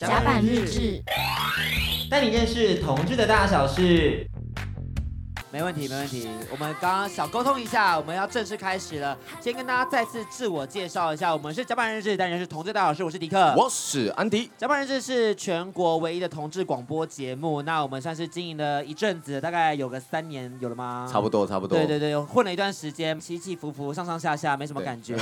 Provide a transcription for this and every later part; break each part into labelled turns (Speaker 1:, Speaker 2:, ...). Speaker 1: 甲板日志，
Speaker 2: 带你认识同志的大小事。
Speaker 3: 没问题，没问题。我们刚刚小沟通一下，我们要正式开始了。先跟大家再次自我介绍一下，我们是甲板日志，但人是同志大老师，我是迪克。
Speaker 4: 我是安迪，
Speaker 3: 甲板日志是全国唯一的同志广播节目。那我们算是经营了一阵子，大概有个三年，有了吗？
Speaker 4: 差不
Speaker 3: 多。
Speaker 4: 多，差不多。
Speaker 3: 啊对对对，混了一段时间，起起伏伏，上上下下，没什么
Speaker 4: 对
Speaker 3: 感觉。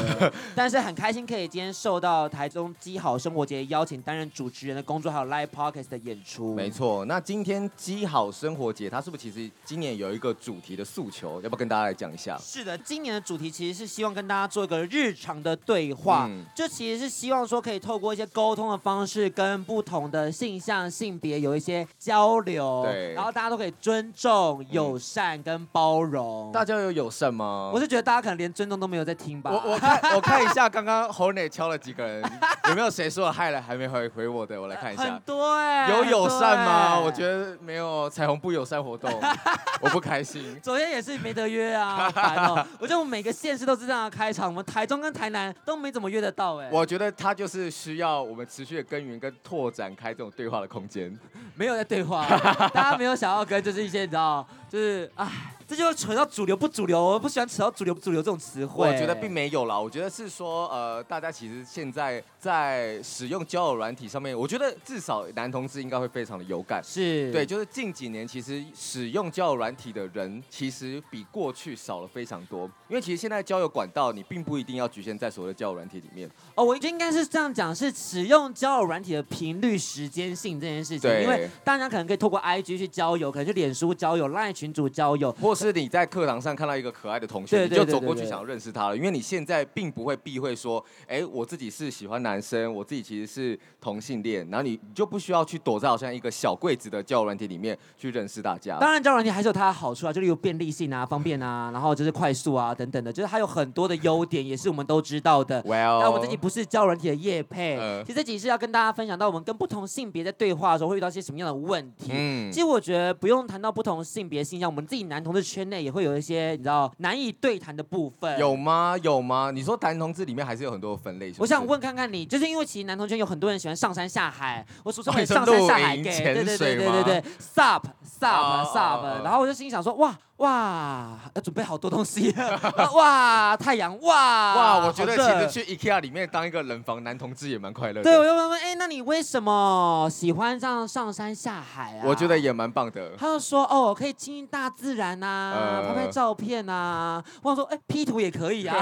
Speaker 3: 但是很开心，可以今天受到台中基好生活节邀请，担任主持人的工作，还有 live podcast 的演出。
Speaker 4: 没错。那今天基好生活节，它是不是其实今年有一个主题的诉求？要不要跟大家来讲一下？
Speaker 3: 是的，今年的主题其实是希望跟大家做一个日常的对话，
Speaker 4: 嗯
Speaker 3: 就其实是希望说可以透过一些沟通的方式，跟不同的性向、性别有一些交流，
Speaker 4: 对
Speaker 3: 然后大家都可以尊重、友善跟包容。
Speaker 4: 大家有友善吗？
Speaker 3: 我是觉得大家可能连尊重都没有在听吧。
Speaker 4: 嗯我我看我看一下，刚刚 Hornet 敲了几个人，有没有谁说嗨了还没回回我的？我来看一
Speaker 3: 很
Speaker 4: 下，
Speaker 3: 多哎、
Speaker 4: 有友善吗？我觉
Speaker 3: 得。
Speaker 4: 得没有，彩虹不友善活动， 我不开心。
Speaker 3: 昨天也是没得约 啊，烦哦！我觉得我们每个县市都是这样的开场，我们台中跟台南都没怎么约得到哎、
Speaker 4: 我觉得它就是需要我们持续的耕耘跟拓展开这种对话的空间。
Speaker 3: 没有在对 话，大家没有想要跟，就是一些你知道，就是唉，这就扯到主流不主流，我不喜欢扯到主流不主流这种词汇。
Speaker 4: 我觉得并没有啦，我觉得是说，呃，大家其实现在在使用交友软体上面，我觉得至少男同志应该会非常的有感。
Speaker 3: 是
Speaker 4: 对，就是近几年其实使用交友软体的人，其实比过去少了非常多。因为其实现在交友管道，你并不一定要局限在所谓的交友软体里面。
Speaker 3: 哦，我觉得应该是这样讲，是使用交友软体的频率、时间性这件事情，
Speaker 4: 对
Speaker 3: 因为大家可能可以透过 IG 去交友，可能去脸书交友、赖群主交友，
Speaker 4: 或是你在课堂上看到一个可爱的同学，
Speaker 3: 对
Speaker 4: 你
Speaker 3: 对
Speaker 4: 就
Speaker 3: 对
Speaker 4: 走
Speaker 3: 对
Speaker 4: 过去
Speaker 3: 对
Speaker 4: 想要认识他了，因为你现在并不会避讳说，哎，我自己是喜欢男生，我自己其实是同性恋，然后你你就不需要去躲在好像一个小柜子的交友软体里面去认识大家。
Speaker 3: 当然，交友软件还是有它的好处啊，就例如便利性啊、方便啊，然后就是快速啊等等的，就是它有很多的优点，也是我们都知道的。
Speaker 4: Well，
Speaker 3: 那我们这集不是交友软体的业配，
Speaker 4: 呃
Speaker 3: 其实这集是要跟大家分享到我们跟不同性别在对话的时候会遇到一些什么样的问题。
Speaker 4: 嗯
Speaker 3: 其实我觉得不用谈到不同性别倾向，我们自己男同志圈内也会有一些你知道难以对谈的部分。
Speaker 4: 有吗？有吗？你说男同志里面还是有很多分类是不是
Speaker 3: 我想问看看你，就是因为其实男同圈有很多人喜欢上山下海，我俗称
Speaker 4: 哦
Speaker 3: 为
Speaker 4: 你说
Speaker 3: 上山下海
Speaker 4: 露营
Speaker 3: gay，对
Speaker 4: 潜
Speaker 3: 对对
Speaker 4: 水
Speaker 3: 对
Speaker 4: 吗
Speaker 3: 对对，sup
Speaker 4: 哦
Speaker 3: sup
Speaker 4: 哦
Speaker 3: sup，然后我就心里想说，哇哇，要准备好多东西， 哇太阳，哇
Speaker 4: 哇，我觉得
Speaker 3: 啊好热
Speaker 4: 其实去 IKEA 里面当一个冷房男同志也蛮快乐的。
Speaker 3: 对，我就问问，哎，那你为什么喜欢上上山下海啊？
Speaker 4: 我觉得。也蛮棒的。
Speaker 3: 他就说：“哦，可以亲近大自然啊，
Speaker 4: 呃
Speaker 3: 拍拍照片啊。”我想说：“哎、p 图也可以啊。”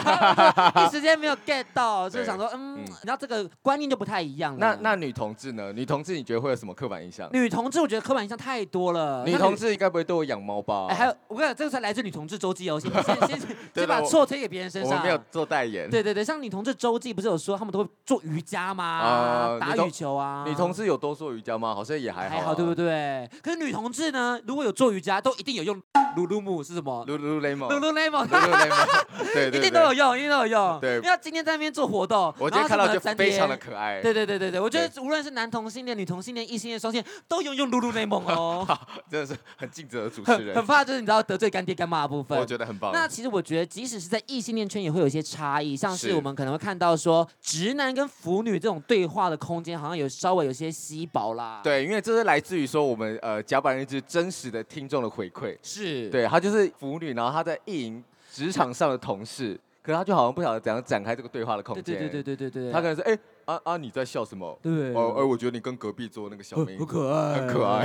Speaker 3: 一时间没有 get 到，就
Speaker 4: 对
Speaker 3: 想说：“嗯，
Speaker 4: 嗯
Speaker 3: 你知道这个观念就不太一样了。
Speaker 4: 那那女同志呢？女同志你觉得会有什么刻板印象？
Speaker 3: 女同志，我觉得刻板印象太多了。
Speaker 4: 女
Speaker 3: 那
Speaker 4: 同，志应该不会对我养猫吧？
Speaker 3: 哎，还有我跟你讲，这个才来自女同志周记哦， 先先先
Speaker 4: 对
Speaker 3: 先把
Speaker 4: 我
Speaker 3: 错推给别人身
Speaker 4: 我
Speaker 3: 上。
Speaker 4: 们没有做代言。
Speaker 3: 对对对，像女同志周记不是有说他们都会做瑜伽吗？
Speaker 4: 啊
Speaker 3: 打
Speaker 4: 女同
Speaker 3: 羽球啊。
Speaker 4: 女同志有多做瑜伽吗？好像也还好、啊，
Speaker 3: 还好对不对？可是女同志呢，如果有做瑜伽，都一定有用。鲁鲁姆是什么？
Speaker 4: 对？露露雷蒙，
Speaker 3: 鲁鲁 lemon。
Speaker 4: Lululemon，对
Speaker 3: 一
Speaker 4: 对
Speaker 3: 定都有
Speaker 4: 对，
Speaker 3: 用，一定都有用。
Speaker 4: 对
Speaker 3: 因为他今天在那边做活动，
Speaker 4: 我今
Speaker 3: 然
Speaker 4: 天
Speaker 3: 后
Speaker 4: 看
Speaker 3: 他
Speaker 4: 到
Speaker 3: 们
Speaker 4: 就
Speaker 3: 有三
Speaker 4: 非常的
Speaker 3: 天
Speaker 4: 可爱。
Speaker 3: 对对对对对，我觉得无论是男同性恋、女同性恋、异性恋、双性恋，都有用 Lululemon 哦。
Speaker 4: 真的是很尽责的主持
Speaker 3: 很很
Speaker 4: 人，
Speaker 3: 怕就是你知道得罪干爹干妈的部分
Speaker 4: 我。觉得很棒。
Speaker 3: 那其实我觉得，即使是在异性恋圈也会有一些差异，像是
Speaker 4: 是
Speaker 3: 我们可能会看到说，直男跟腐女这种对话的空间，好像有稍微有些稀薄啦。，
Speaker 4: 对，因为这是来自于说我们呃甲板日志真实的听众的回馈，
Speaker 3: 是，
Speaker 4: 对她就是腐女，然后她在意淫职场上的同事，可是她就好像不晓得怎样展开这个对话的空
Speaker 3: 对
Speaker 4: 间。
Speaker 3: 对对对对对对，
Speaker 4: 她可能说，哎、啊啊你在笑什么？
Speaker 3: 对，
Speaker 4: 哦，哎，我觉得你跟隔壁桌那个小妹
Speaker 3: 好可爱，
Speaker 4: 很可 爱。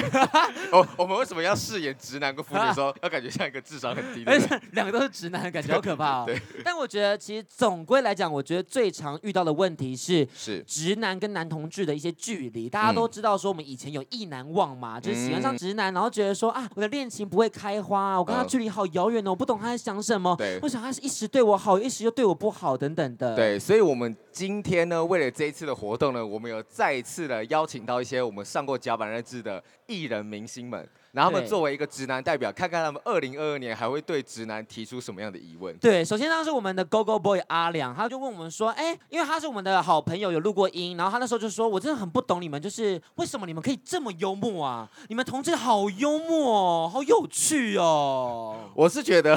Speaker 4: 哦，我们为什么要饰演直男跟腐女的时候，要感觉像一个智商很低的
Speaker 3: 而
Speaker 4: 人？
Speaker 3: 且哎 两个都是直男，感觉 好可 怕哦。但我觉得其实总归来讲，我觉得最常遇到的问题是。
Speaker 4: 是
Speaker 3: 直男跟男同志的一些距离，大家
Speaker 4: 嗯
Speaker 3: 都知道说我们以前有意难忘嘛，就是喜欢上直男，然后觉得说啊，我的恋情不会开花啊，我跟他
Speaker 4: 嗯
Speaker 3: 距离好遥远哦，我不懂他在想什么
Speaker 4: 对，
Speaker 3: 我想他是一时对我好，一时又对我不好等等的。，
Speaker 4: 对，所以，我们今天呢，为了这一次的活动呢，我们有再一次的邀请到一些我们上过甲板日志的艺人明星们，然后他们
Speaker 3: 对
Speaker 4: 作为一个直男代表，看看他们二零二二年还会对直男提出什么样的疑问。
Speaker 3: 对，首先当时我们的 Go Go Boy 阿良，他就问我们说，哎，因为他是我们的好朋友，有录过音，然后他那时候就说，我真的很不懂你们，就是为什么你们可以这么幽默啊？你们同志好幽默哦，好有趣哦。
Speaker 4: 我是觉得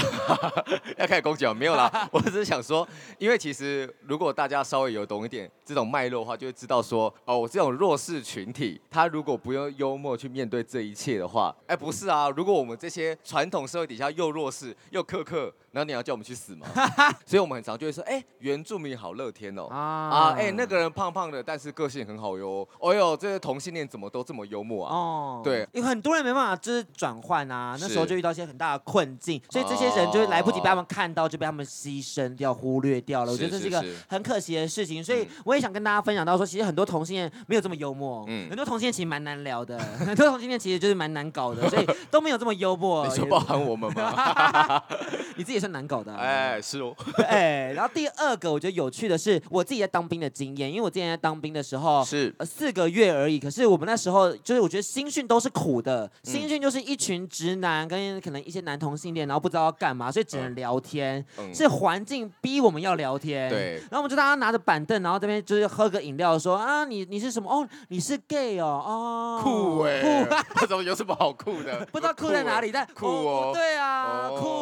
Speaker 4: 要开始攻击哦我没有啦， 我只是想说，因为其实如果大家稍微有懂一点这种脉络的话，就会知道说，哦，我这种弱势群体，他如果不用幽默去面对这一切的话，哎，不是啊，如果我们这些传统社会底下又弱势又苛刻，然后你要叫我们去死吗？所以我们很常就会说，哎，原住民好乐天哦，
Speaker 3: 啊
Speaker 4: 啊，哎，那个人胖胖的，但是个性很好哟，哦哟，这些同性恋怎么都这么幽默啊？
Speaker 3: 哦
Speaker 4: 对，
Speaker 3: 有很多人没办法就是转换啊，那时候
Speaker 4: 是
Speaker 3: 就遇到一些很大的困境，所以这些人就是来不及被他们看到，就被他们牺牲掉、忽略掉了。我觉得这
Speaker 4: 是
Speaker 3: 是一个
Speaker 4: 是是
Speaker 3: 很可惜的事情，所以
Speaker 4: 嗯
Speaker 3: 我也想跟大家分享到说，其实很多同性恋没有这么幽默，
Speaker 4: 嗯
Speaker 3: 很多同性恋其实蛮难聊的， 很多同性恋其实就是蛮难搞的，所以都没有这么幽默。
Speaker 4: 你说包含我们吗？
Speaker 3: 你自己也算难搞的、啊，
Speaker 4: 哎，是哦，
Speaker 3: 哎，然后第二个我觉得有趣的是我自己在当兵的经验，因为我之前在当兵的时候，
Speaker 4: 是
Speaker 3: 呃四个月而已，可是我们那时候就是我觉得新训都是苦的，
Speaker 4: 嗯
Speaker 3: 新训就是一群直男跟可能一些男同性恋，然后不知道要干嘛，所以只能聊天，
Speaker 4: 嗯
Speaker 3: 是环境逼我们要聊天。
Speaker 4: 对
Speaker 3: 然后我们就大家拿着板凳，然后这边就是喝个饮料，说啊你你是什么？哦你是 gay 哦，哦
Speaker 4: 酷哎、
Speaker 3: 酷
Speaker 4: 欸， 酷，怎么有什么好酷的？
Speaker 3: 不知道酷在哪里，但
Speaker 4: 酷
Speaker 3: 我
Speaker 4: 哦，
Speaker 3: 对啊，
Speaker 4: 哦
Speaker 3: 酷。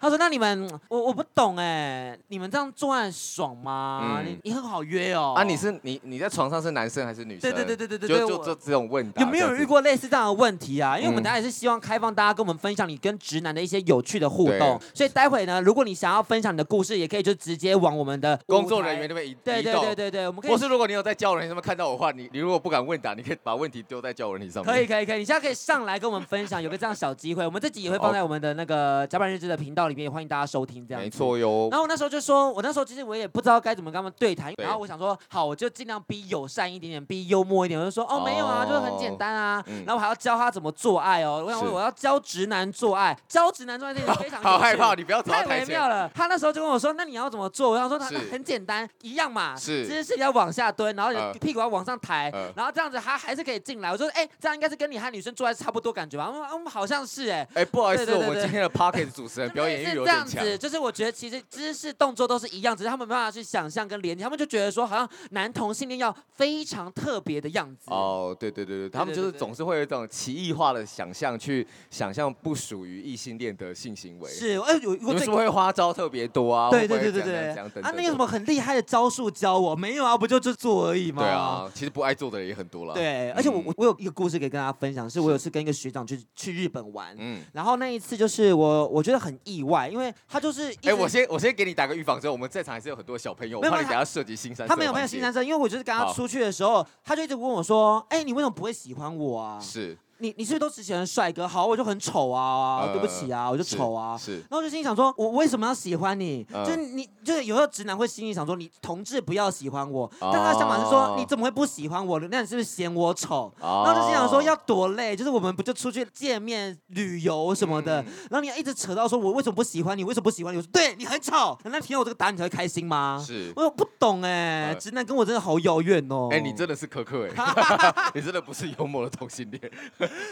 Speaker 3: 他说：“那你们，我我不懂哎，你们这样做爱爽吗？
Speaker 4: 嗯
Speaker 3: 你你很好约哦。
Speaker 4: 啊，你是你你在床上是男生还是女生？
Speaker 3: 对对对对对对对
Speaker 4: 就就
Speaker 3: 我
Speaker 4: 就这种问答，
Speaker 3: 有没有人遇？过类似这样的问题啊？因为我们
Speaker 4: 嗯
Speaker 3: 大家也是希望开放大家跟我们分享你跟直男的一些有趣的互动
Speaker 4: 对，
Speaker 3: 所以待会呢，如果你想要分享你的故事，也可以就直接往我们的
Speaker 4: 工作人员
Speaker 3: 舞台
Speaker 4: 那边移
Speaker 3: 对对
Speaker 4: 移动
Speaker 3: 对对对，我们可以
Speaker 4: 或是如果你有在交友软件上面看到我的话，你你如果不敢问答，你可以把问题丢在交友软件上面。
Speaker 3: 可以可以可以，你现在可以上来跟我们分享，有个这样小机会，我们这集也会放在我们的那个甲板日志的频道里面，也欢迎大家收听这样子。
Speaker 4: 没错哟
Speaker 3: 然。后我那时候就说，我那时候其实我也不知道该怎么跟他们对谈，
Speaker 4: 哦对
Speaker 3: 然后我想说，好，我就尽量逼友善一点点，逼幽默一点，我就说，哦，没有啊，
Speaker 4: 哦
Speaker 3: 就是很简单啊，
Speaker 4: 嗯
Speaker 3: 然后我还要教他怎么做爱哦，我想说
Speaker 4: 是
Speaker 3: 我要教直男做爱，教直男做爱这件事非常
Speaker 4: 好
Speaker 3: 有趣
Speaker 4: 害怕，。你不要走到
Speaker 3: 太
Speaker 4: 台
Speaker 3: 微
Speaker 4: 前。
Speaker 3: 妙了，他那时候就跟我说：“那你要怎么做？”我想说：“他
Speaker 4: 是
Speaker 3: 很简单，一样嘛，
Speaker 4: 是
Speaker 3: 只是要往下蹲，然后
Speaker 4: 呃
Speaker 3: 屁股要往上抬，
Speaker 4: 呃
Speaker 3: 然后这样子他还是可以进来。”我说：“哎、这样应该是跟你和女生做爱差不多感觉吧？”我说：“嗯，好像是哎、
Speaker 4: 哎、不好意思，
Speaker 3: 对对对
Speaker 4: 我们今天的 Pocket 主持人表演
Speaker 3: 是
Speaker 4: 欲有
Speaker 3: 这样
Speaker 4: 点强。
Speaker 3: 子，就是我觉得其实姿势动作都是一样，只是他们没办法去想象跟连接，他们就觉得说好像男同性恋要非常特别的样子。
Speaker 4: 哦，对对对对，他们就是
Speaker 3: 对对
Speaker 4: 总是会有一种奇异化的想象，去想象不属于异性恋的性行为。
Speaker 3: 是，哎、有我
Speaker 4: 有
Speaker 3: 最
Speaker 4: 时候会花招特别多啊，
Speaker 3: 对
Speaker 4: 会
Speaker 3: 对
Speaker 4: 不
Speaker 3: 对对
Speaker 4: 会怎样
Speaker 3: 对
Speaker 4: 怎样等
Speaker 3: 啊，
Speaker 4: 等
Speaker 3: 那有什
Speaker 4: 的
Speaker 3: 么很厉害的招数教我？没有啊，不就这做而已吗？
Speaker 4: 对啊，其实不爱做的人也很多了。，
Speaker 3: 对，而且我
Speaker 4: 嗯
Speaker 3: 我我有一个故事可以跟大家分享，是我有一次跟一个学长去去日本玩，
Speaker 4: 嗯，
Speaker 3: 然后那一次就是我我觉得很意外，因为他就是一
Speaker 4: 哎，我
Speaker 3: 直
Speaker 4: 先我先给你打个预防针，我们在场还是有很多小朋友，
Speaker 3: 没
Speaker 4: 我
Speaker 3: 有
Speaker 4: 怕
Speaker 3: 没
Speaker 4: 你
Speaker 3: 有
Speaker 4: 等下涉及新三色
Speaker 3: 他没有
Speaker 4: 环
Speaker 3: 没有
Speaker 4: 节
Speaker 3: 新男生，因为我就是跟他
Speaker 4: 好
Speaker 3: 出去的时候，他就一直问我说：“哎、你为什么不会喜欢我啊？”
Speaker 4: 是
Speaker 3: 你你是不是都只喜欢帅哥？好，我就很丑啊，
Speaker 4: 呃
Speaker 3: 对不起啊，我就是丑啊。
Speaker 4: 是
Speaker 3: 然后我就心里想说，我为什么要喜欢你？
Speaker 4: 呃
Speaker 3: 就是你，就是有时候直男会心里想说，你同志不要喜欢我，
Speaker 4: 哦
Speaker 3: 但他的想法是说，你怎么会不喜欢我？那你是不是嫌我丑？
Speaker 4: 哦
Speaker 3: 然后就心想说，要多累，就是我们不就出去见面、旅游什么
Speaker 4: 嗯
Speaker 3: 的，然后你要一直扯到说我为什么不喜欢你，为什么不喜欢你？我说对你很丑，那听到我这个答案你才会开心吗？
Speaker 4: 是
Speaker 3: 我说不懂哎、
Speaker 4: 呃
Speaker 3: 直男跟我真的好遥远哦。
Speaker 4: 哎，你真的是苛刻哎， 你真的不是幽默的同性恋，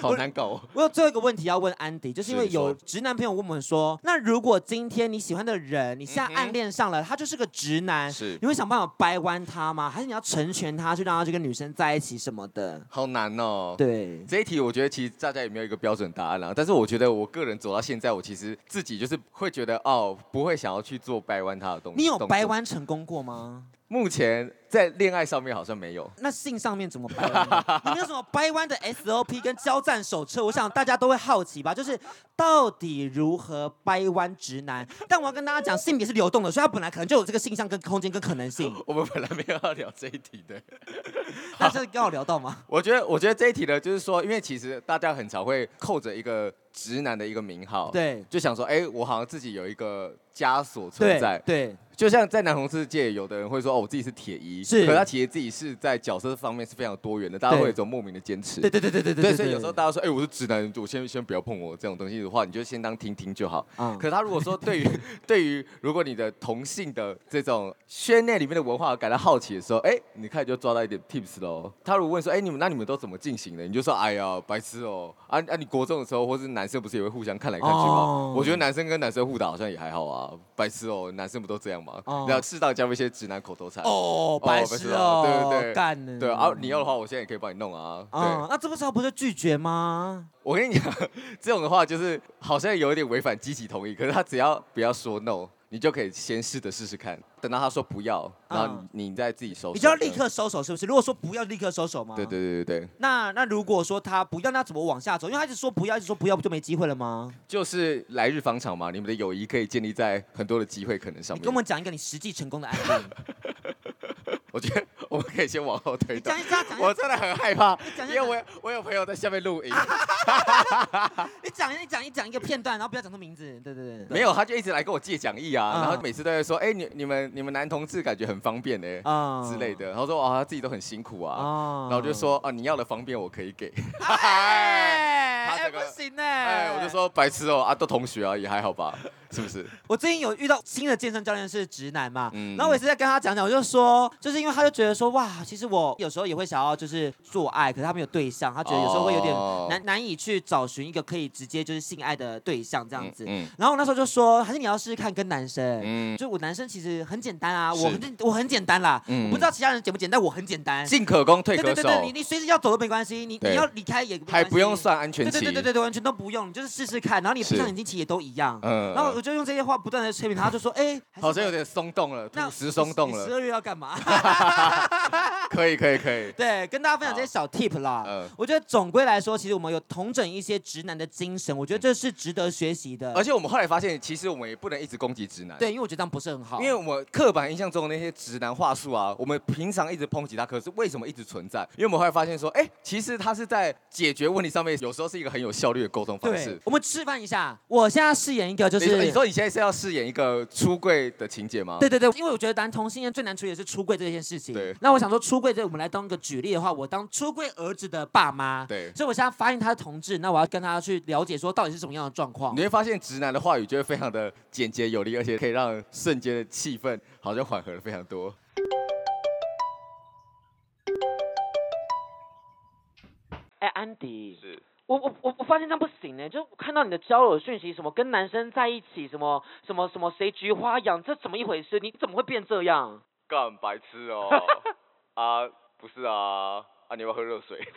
Speaker 4: 好难搞哦。
Speaker 3: 我有最后一个问题要问安迪，就是因为
Speaker 4: 是你说
Speaker 3: 有直男朋友问我们说，那如果今天你喜欢的人，你现在暗恋上了，他就是个直男，
Speaker 4: 嗯是
Speaker 3: 你会想办法掰弯他吗？还是你要成全他，去让他去跟女生在一起什么的？
Speaker 4: 好难哦。
Speaker 3: 对，
Speaker 4: 这一题我觉得其实大家也没有一个标准答案啊啦、但是我觉得我个人走到现在，我其实自己就是会觉得哦，不会想要去做掰弯他的东西。
Speaker 3: 你有
Speaker 4: 动作
Speaker 3: 掰？弯成功过吗？
Speaker 4: 目前在恋爱上面好像没有。
Speaker 3: 那性上面怎么掰弯 呢？你们有什么掰弯的 SOP 跟交战手册？我想大家都会好奇吧，就是到底如何掰弯直男？但我要跟大家讲，性别是流动的，所以他本来可能就有这个性向跟空间跟可能 性。
Speaker 4: 我们本来没有要聊这一题的。
Speaker 3: 那这个刚好聊到吗？
Speaker 4: 我觉得，我觉得这一题呢，就是说，因为其实大家很常会扣着一个直男的一个名号，，
Speaker 3: 对
Speaker 4: 就想说，哎、我好像自己有一个枷锁存在
Speaker 3: 对，对，
Speaker 4: 就像在男同志界，有的人会说哦，我自己是铁一，
Speaker 3: 是
Speaker 4: 可他其实自己是在角色方面是非常多元的，大家
Speaker 3: 对
Speaker 4: 会有一种莫名的坚持。
Speaker 3: 对对对对对
Speaker 4: 对，所以有时候大家说，哎、我是直男，我先先不要碰我这种东西的话，你就先当听听就好。
Speaker 3: 啊
Speaker 4: 可他如果说对于 对于如果你的同性的这种圈内里面的文化感到好奇的时候，哎、你开始就抓到一点 tips 喽。他如果问说，哎、你们那你们都怎么进行的？你就说，哎呀，白痴哦、啊啊，你国中的时候，或是男生不是也会互相看来看去吗？
Speaker 3: 哦
Speaker 4: 我觉得男生跟男生互打好像也还好啊，白痴哦、男生不都这样吗？
Speaker 3: 哦
Speaker 4: 然后适当加入一些直男口头禅。
Speaker 3: 哦，白痴哦，
Speaker 4: 哦对对对
Speaker 3: 干呢
Speaker 4: 对啊，你要的话，我现在也可以帮你弄啊。对，
Speaker 3: 啊，那这不是不是拒绝吗？
Speaker 4: 我跟你讲， 这种的话就是好像有一点违反积极同意，可是他只要不要说 no，你就可以先试着试试看，等到他说不要，然后
Speaker 3: 嗯
Speaker 4: 你你再自己收手。
Speaker 3: 你就要立刻收手，是不是？如果说不要立刻收手吗？
Speaker 4: 对。对对对对，
Speaker 3: 那那如果说他不要，那怎么往下走？因为他一直说不要，一直说不要，不就没机会了吗？
Speaker 4: 就是来日方长嘛，你们的友谊可以建立在很多的机会可能上
Speaker 3: 你跟我
Speaker 4: 面。
Speaker 3: 们讲一个你实际成功的案 例，
Speaker 4: 我觉得我们可以先往后推
Speaker 3: 你
Speaker 4: 动
Speaker 3: 讲。一下，讲一
Speaker 4: 我
Speaker 3: 下，
Speaker 4: 真的很害怕，
Speaker 3: 讲一
Speaker 4: 因
Speaker 3: 下啊
Speaker 4: 为我有我有朋友在下面录影，
Speaker 3: 你讲一下，你讲一讲一个片段，然后不要讲出名字。对对对，
Speaker 4: 没有，他就一直来跟我借讲义啊，
Speaker 3: 嗯
Speaker 4: 然后每次都在说，哎，你你们你们男同志感觉很方便呢
Speaker 3: 啊
Speaker 4: 之类的，然后说啊他自己都很辛苦啊，
Speaker 3: 啊
Speaker 4: 然后就，说啊，你要的方便我可以给。
Speaker 3: 哎，
Speaker 4: 他
Speaker 3: 哎
Speaker 4: 整
Speaker 3: 不
Speaker 4: 个
Speaker 3: 行
Speaker 4: 哎，
Speaker 3: 哎，
Speaker 4: 我就。说白痴哦、啊，都同学啊，也还好吧，是不是？
Speaker 3: 我最近有遇到新的健身教练是直男嘛，
Speaker 4: 嗯
Speaker 3: 然后我也是在跟他讲讲，我就说，就是因为他就觉得说，哇，其实我有时候也会想要就是做爱，可是他没有对象，他觉得有时候会有点
Speaker 4: 哦
Speaker 3: 难、难以去找寻一个可以直接就是性爱的对象这样子。
Speaker 4: 嗯
Speaker 3: 然后我那时候就说，还是你要试试看跟男生。
Speaker 4: 嗯，
Speaker 3: 就我男生其实很简单啊，
Speaker 4: 是
Speaker 3: 我很我很简单啦，
Speaker 4: 嗯
Speaker 3: 我不知道其他人简不简单，我很简单。
Speaker 4: 进可攻，退
Speaker 3: 对
Speaker 4: 可
Speaker 3: 对对
Speaker 4: 守，
Speaker 3: 对，你你随时要走都没关系，你
Speaker 4: 对
Speaker 3: 你要离开也没
Speaker 4: 还
Speaker 3: 关
Speaker 4: 不用
Speaker 3: 系
Speaker 4: 算安全
Speaker 3: 对
Speaker 4: 期。
Speaker 3: 对对对对对，完全都不用，你就是试试看，然后你
Speaker 4: 是
Speaker 3: 闭上眼睛其实也都一样。
Speaker 4: 嗯
Speaker 3: 然后我就用这些话不断的催眠他，他就说：“哎、还是
Speaker 4: 好像有点松动了，
Speaker 3: 那
Speaker 4: 土石松动
Speaker 3: 十
Speaker 4: 了，
Speaker 3: 二月要干 嘛？
Speaker 4: 可以可以可以。
Speaker 3: 对，跟大家分享这些小 tip 啦。
Speaker 4: 嗯
Speaker 3: 我觉得总归来说，其实我们有同整一些直男的精神，我觉得这是值得学习的。
Speaker 4: 嗯而
Speaker 3: 且，
Speaker 4: 且我们后来发现，其实我们也不能一直攻击直男。
Speaker 3: 对，因为我觉得这样不是很好。
Speaker 4: 因为我们刻板印象中的那些直男话术啊，我们平常一直抨击他，可是为什么一直存在？因为我们后来发现说，哎、其实他是在解决问题上面，有时候是一个很有效率的沟通方式
Speaker 3: 对。，我们示范一下，我现在饰演一个就
Speaker 4: 你说
Speaker 3: 是
Speaker 4: 你。说你现在是要饰演一个出柜的情节吗？
Speaker 3: 对对对，因为我觉得男同性恋最难处理的是出柜这件事情。
Speaker 4: 哦对
Speaker 3: 那我想说出柜这，我们来当个举例的话，我当出柜儿子的爸妈。
Speaker 4: 对
Speaker 3: 所以我现在发现他是同志，那我要跟他去了解说到底是什么样的状况
Speaker 4: 你。会发现直男的话语就会非常的简洁有力，而且可以让瞬间的气氛好像缓和了非常多。
Speaker 3: 哎，安迪，
Speaker 4: 是，
Speaker 3: 我我我我发现这样不行欸呢，就我看到你的交友讯息，什么跟男生在一起，什么什么什么谁菊花痒，这怎么一回事？你怎么会变这 样？
Speaker 4: 干白痴哦！啊，不是啊，啊，你要喝热 水？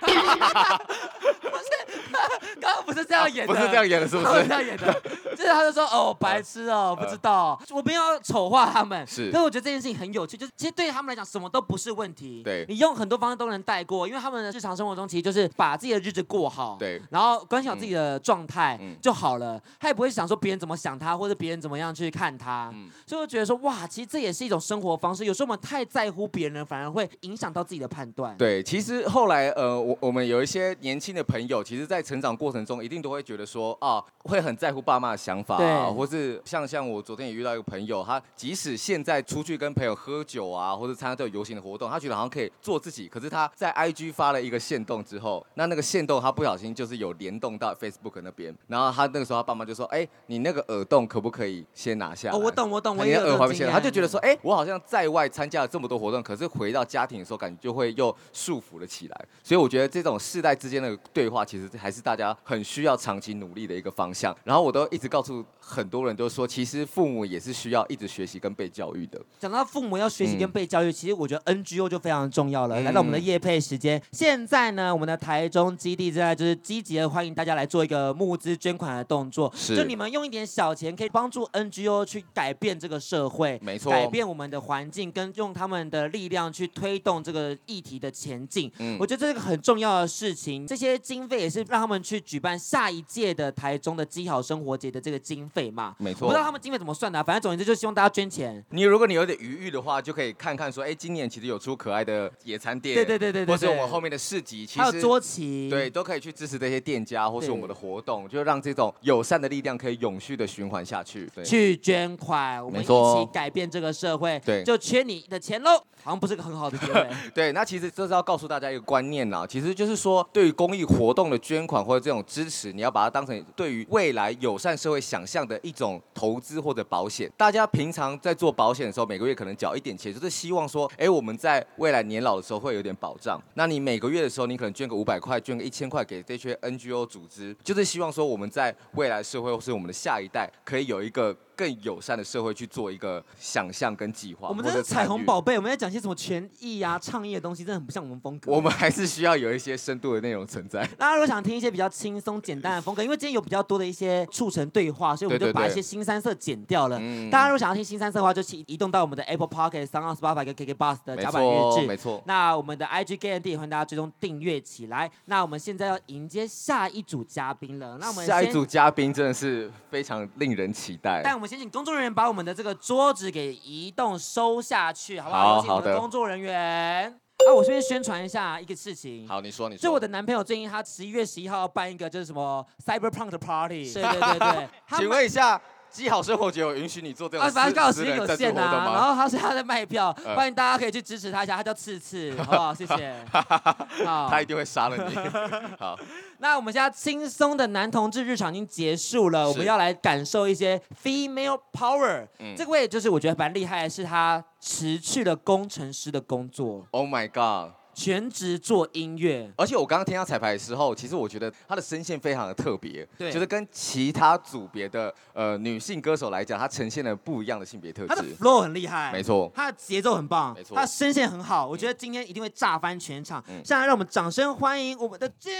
Speaker 3: 刚刚不是这样演的，
Speaker 4: 不是这样演 的，是不
Speaker 3: 他们这
Speaker 4: 是？啊
Speaker 3: 样演的，就是他就说 哦，白痴哦，
Speaker 4: 呃
Speaker 3: 不知道，我没有要丑化他们，
Speaker 4: 是
Speaker 3: 但我觉得这件事情很有趣，就是其实对他们来讲，什么都不是问题，
Speaker 4: 对
Speaker 3: 你用很多方式都能带过，因为他们的日常生活中其实就是把自己的日子过好，
Speaker 4: 对，
Speaker 3: 然后关心好自己的状态
Speaker 4: 嗯
Speaker 3: 就好了，他也不会想说别人怎么想他，或者别人怎么样去看他，
Speaker 4: 嗯
Speaker 3: 所以我觉得说哇，其实这也是一种生活方式，有时候我们太在乎别人，反而会影响到自己的判断，
Speaker 4: 对，啊其实后来呃，我我们有一些年轻的朋友，其实，在成长过程中，一定都会觉得说啊，会很在乎爸妈的想法、啊，
Speaker 3: 对
Speaker 4: 或是像像我昨天也遇到一个朋友，他即使现在出去跟朋友喝酒啊，或者参加这种游行的活动，他觉得好像可以做自己，可是他在 IG 发了一个限动之后，那那个限动他不小心就是有联动到 Facebook 那边，然后他那个时候他爸妈就说，哎，你那个耳洞可不可以先拿下来？
Speaker 3: 哦，我懂我懂，我
Speaker 4: 你
Speaker 3: 也
Speaker 4: 的
Speaker 3: 有
Speaker 4: 耳
Speaker 3: 这种
Speaker 4: 环不
Speaker 3: 经
Speaker 4: 见
Speaker 3: 验，嗯
Speaker 4: 了，他就觉得说，哎、我好像在外参加了这么多活动，可是回到家庭的时候，感觉就会又束缚了起来。所以我觉得这种世代之间的对话，其实还是大家很需要长期努力的一个方向。然后我都一直告诉很多人，都说其实父母也是需要一直学习跟被教育的。
Speaker 3: 讲到父母要学习跟被教育，其实我觉得 NGO 就非常重要了。
Speaker 4: 嗯
Speaker 3: 来到我们的夜配时间，现在呢，我们的台中基地正在就是积极的欢迎大家来做一个募资捐款的动作，
Speaker 4: 是
Speaker 3: 就你们用一点小钱可以帮助 NGO 去改变这个社会，
Speaker 4: 没错
Speaker 3: 改变我们的环境，跟用他们的力量去推动这个议题的前进。
Speaker 4: 嗯
Speaker 3: 我觉得这是个很重要的事情。这些经费也是让他们去举办下一届的台中的基好生活节的这个经费嘛。
Speaker 4: 没
Speaker 3: 我
Speaker 4: 错
Speaker 3: 不知。道他们经费怎么算的啊、反正总之就是希望大家捐钱。
Speaker 4: 你如果你有点余裕的话，就可以看看说，哎，今年其实有出可爱的野餐店，
Speaker 3: 对对对对对
Speaker 4: 或是我们
Speaker 3: 对
Speaker 4: 后面的市集，其
Speaker 3: 还有
Speaker 4: 实
Speaker 3: 桌旗，
Speaker 4: 对，都可以去支持这些店家或是
Speaker 3: 对
Speaker 4: 我们的活动，就让这种友善的力量可以永续的循环下去。对，
Speaker 3: 去捐款，我们
Speaker 4: 没
Speaker 3: 一
Speaker 4: 错
Speaker 3: 起改变这个社会。
Speaker 4: 对
Speaker 3: 就缺你的钱喽。好像不是个很好的结 尾。
Speaker 4: 对，那其实这是要告诉大家一个观念啦，其实就是说，对于公益活动的捐款或者这种支持，你要把它当成对于未来友善社会想象的一种投资或者保险。大家平常在做保险的时候，每个月可能缴一点钱，就是希望说，哎，我们在未来年老的时候会有点保障。那你每个月的时候，你可能捐个五百块，捐个一千块给这些 NGO 组织，就是希望说我们在未来社会或是我们的下一代可以有一个。更友善的社会去做一个想象跟计划，
Speaker 3: 我们
Speaker 4: 或
Speaker 3: 这
Speaker 4: 者
Speaker 3: 是彩
Speaker 4: 参
Speaker 3: 虹
Speaker 4: 与
Speaker 3: 宝贝，我们在讲些什么权益啊、倡议的东西，真的很不像我们风格。
Speaker 4: 我们还是需要有一些深度的内容 存在。
Speaker 3: 大家如果想听一些比较轻松简单的风格，因为今天有比较多的一些促成对话，所以我们
Speaker 4: 对
Speaker 3: 就
Speaker 4: 对
Speaker 3: 把
Speaker 4: 对
Speaker 3: 一些新三色剪掉了。
Speaker 4: 嗯
Speaker 3: 大家如果想要听新三色的话，就请移动到我们的 Apple Pocket、s o u n d Spotify 跟 KK Bus 的
Speaker 4: 没
Speaker 3: 甲板日
Speaker 4: 错，
Speaker 3: 志。
Speaker 4: 没错。
Speaker 3: 那我们的 IG g a n d 也欢迎大家追踪订阅起来。那我们现在要迎接下一组嘉宾了，那我们
Speaker 4: 下一
Speaker 3: 先
Speaker 4: 组嘉宾真的是非常令人期待。
Speaker 3: 但我们先请工作人员把我们的这个桌子给移动收下去，好不好？有
Speaker 4: 好
Speaker 3: 请我们
Speaker 4: 好
Speaker 3: 的
Speaker 4: 的
Speaker 3: 工作人员。啊，我这边宣传一下一个事情。
Speaker 4: 好，你说，你说。
Speaker 3: 就我的男朋友最近他十一月十一号要办一个就是什么 Cyberpunk 的 party，对对对对， 他
Speaker 4: 请
Speaker 3: 们
Speaker 4: 问一下，基好生活节有允许你做这种
Speaker 3: 啊，
Speaker 4: 私
Speaker 3: 反正刚好时
Speaker 4: 私
Speaker 3: 间
Speaker 4: 人
Speaker 3: 有
Speaker 4: 赞助
Speaker 3: 限
Speaker 4: 活动
Speaker 3: 呐、
Speaker 4: 吗
Speaker 3: 啊然后他说他在卖票，
Speaker 4: 嗯
Speaker 3: 欢迎大家可以去支持他一下，他叫次次，好不好？谢谢。 好，
Speaker 4: 他一定会杀了你。 好，
Speaker 3: 那我们现在轻松的男同志日常已经结束了，我
Speaker 4: 是
Speaker 3: 们要来感受一些 female power。
Speaker 4: 嗯
Speaker 3: 这位就是我觉得蛮厉害的是，他辞去了工程师的工作，
Speaker 4: ，Oh my god！
Speaker 3: 全职做音乐。
Speaker 4: 而且我刚刚听他彩排的时候，其实我觉得他的声线非常的特别，
Speaker 3: 对
Speaker 4: 就是跟其他组别的呃女性歌手来讲，她呈现了不一样的性别特
Speaker 3: 他的
Speaker 4: 质。
Speaker 3: flow 很厉害，
Speaker 4: 没错，
Speaker 3: 他的节奏很棒，
Speaker 4: 没错
Speaker 3: 他的声线很好，我觉得今天一定会炸翻全场。
Speaker 4: 嗯
Speaker 3: 现在让我们掌声欢迎我们的 Jin，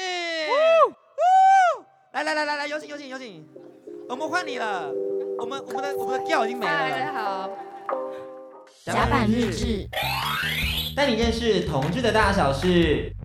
Speaker 3: 来来来来来，有请有请有请，我们换你了，我们我们的我们的 g 已经没
Speaker 1: 嗨，大家
Speaker 3: 了，
Speaker 1: 好，
Speaker 5: 甲板日。志。
Speaker 2: 带你认识同志的大小事。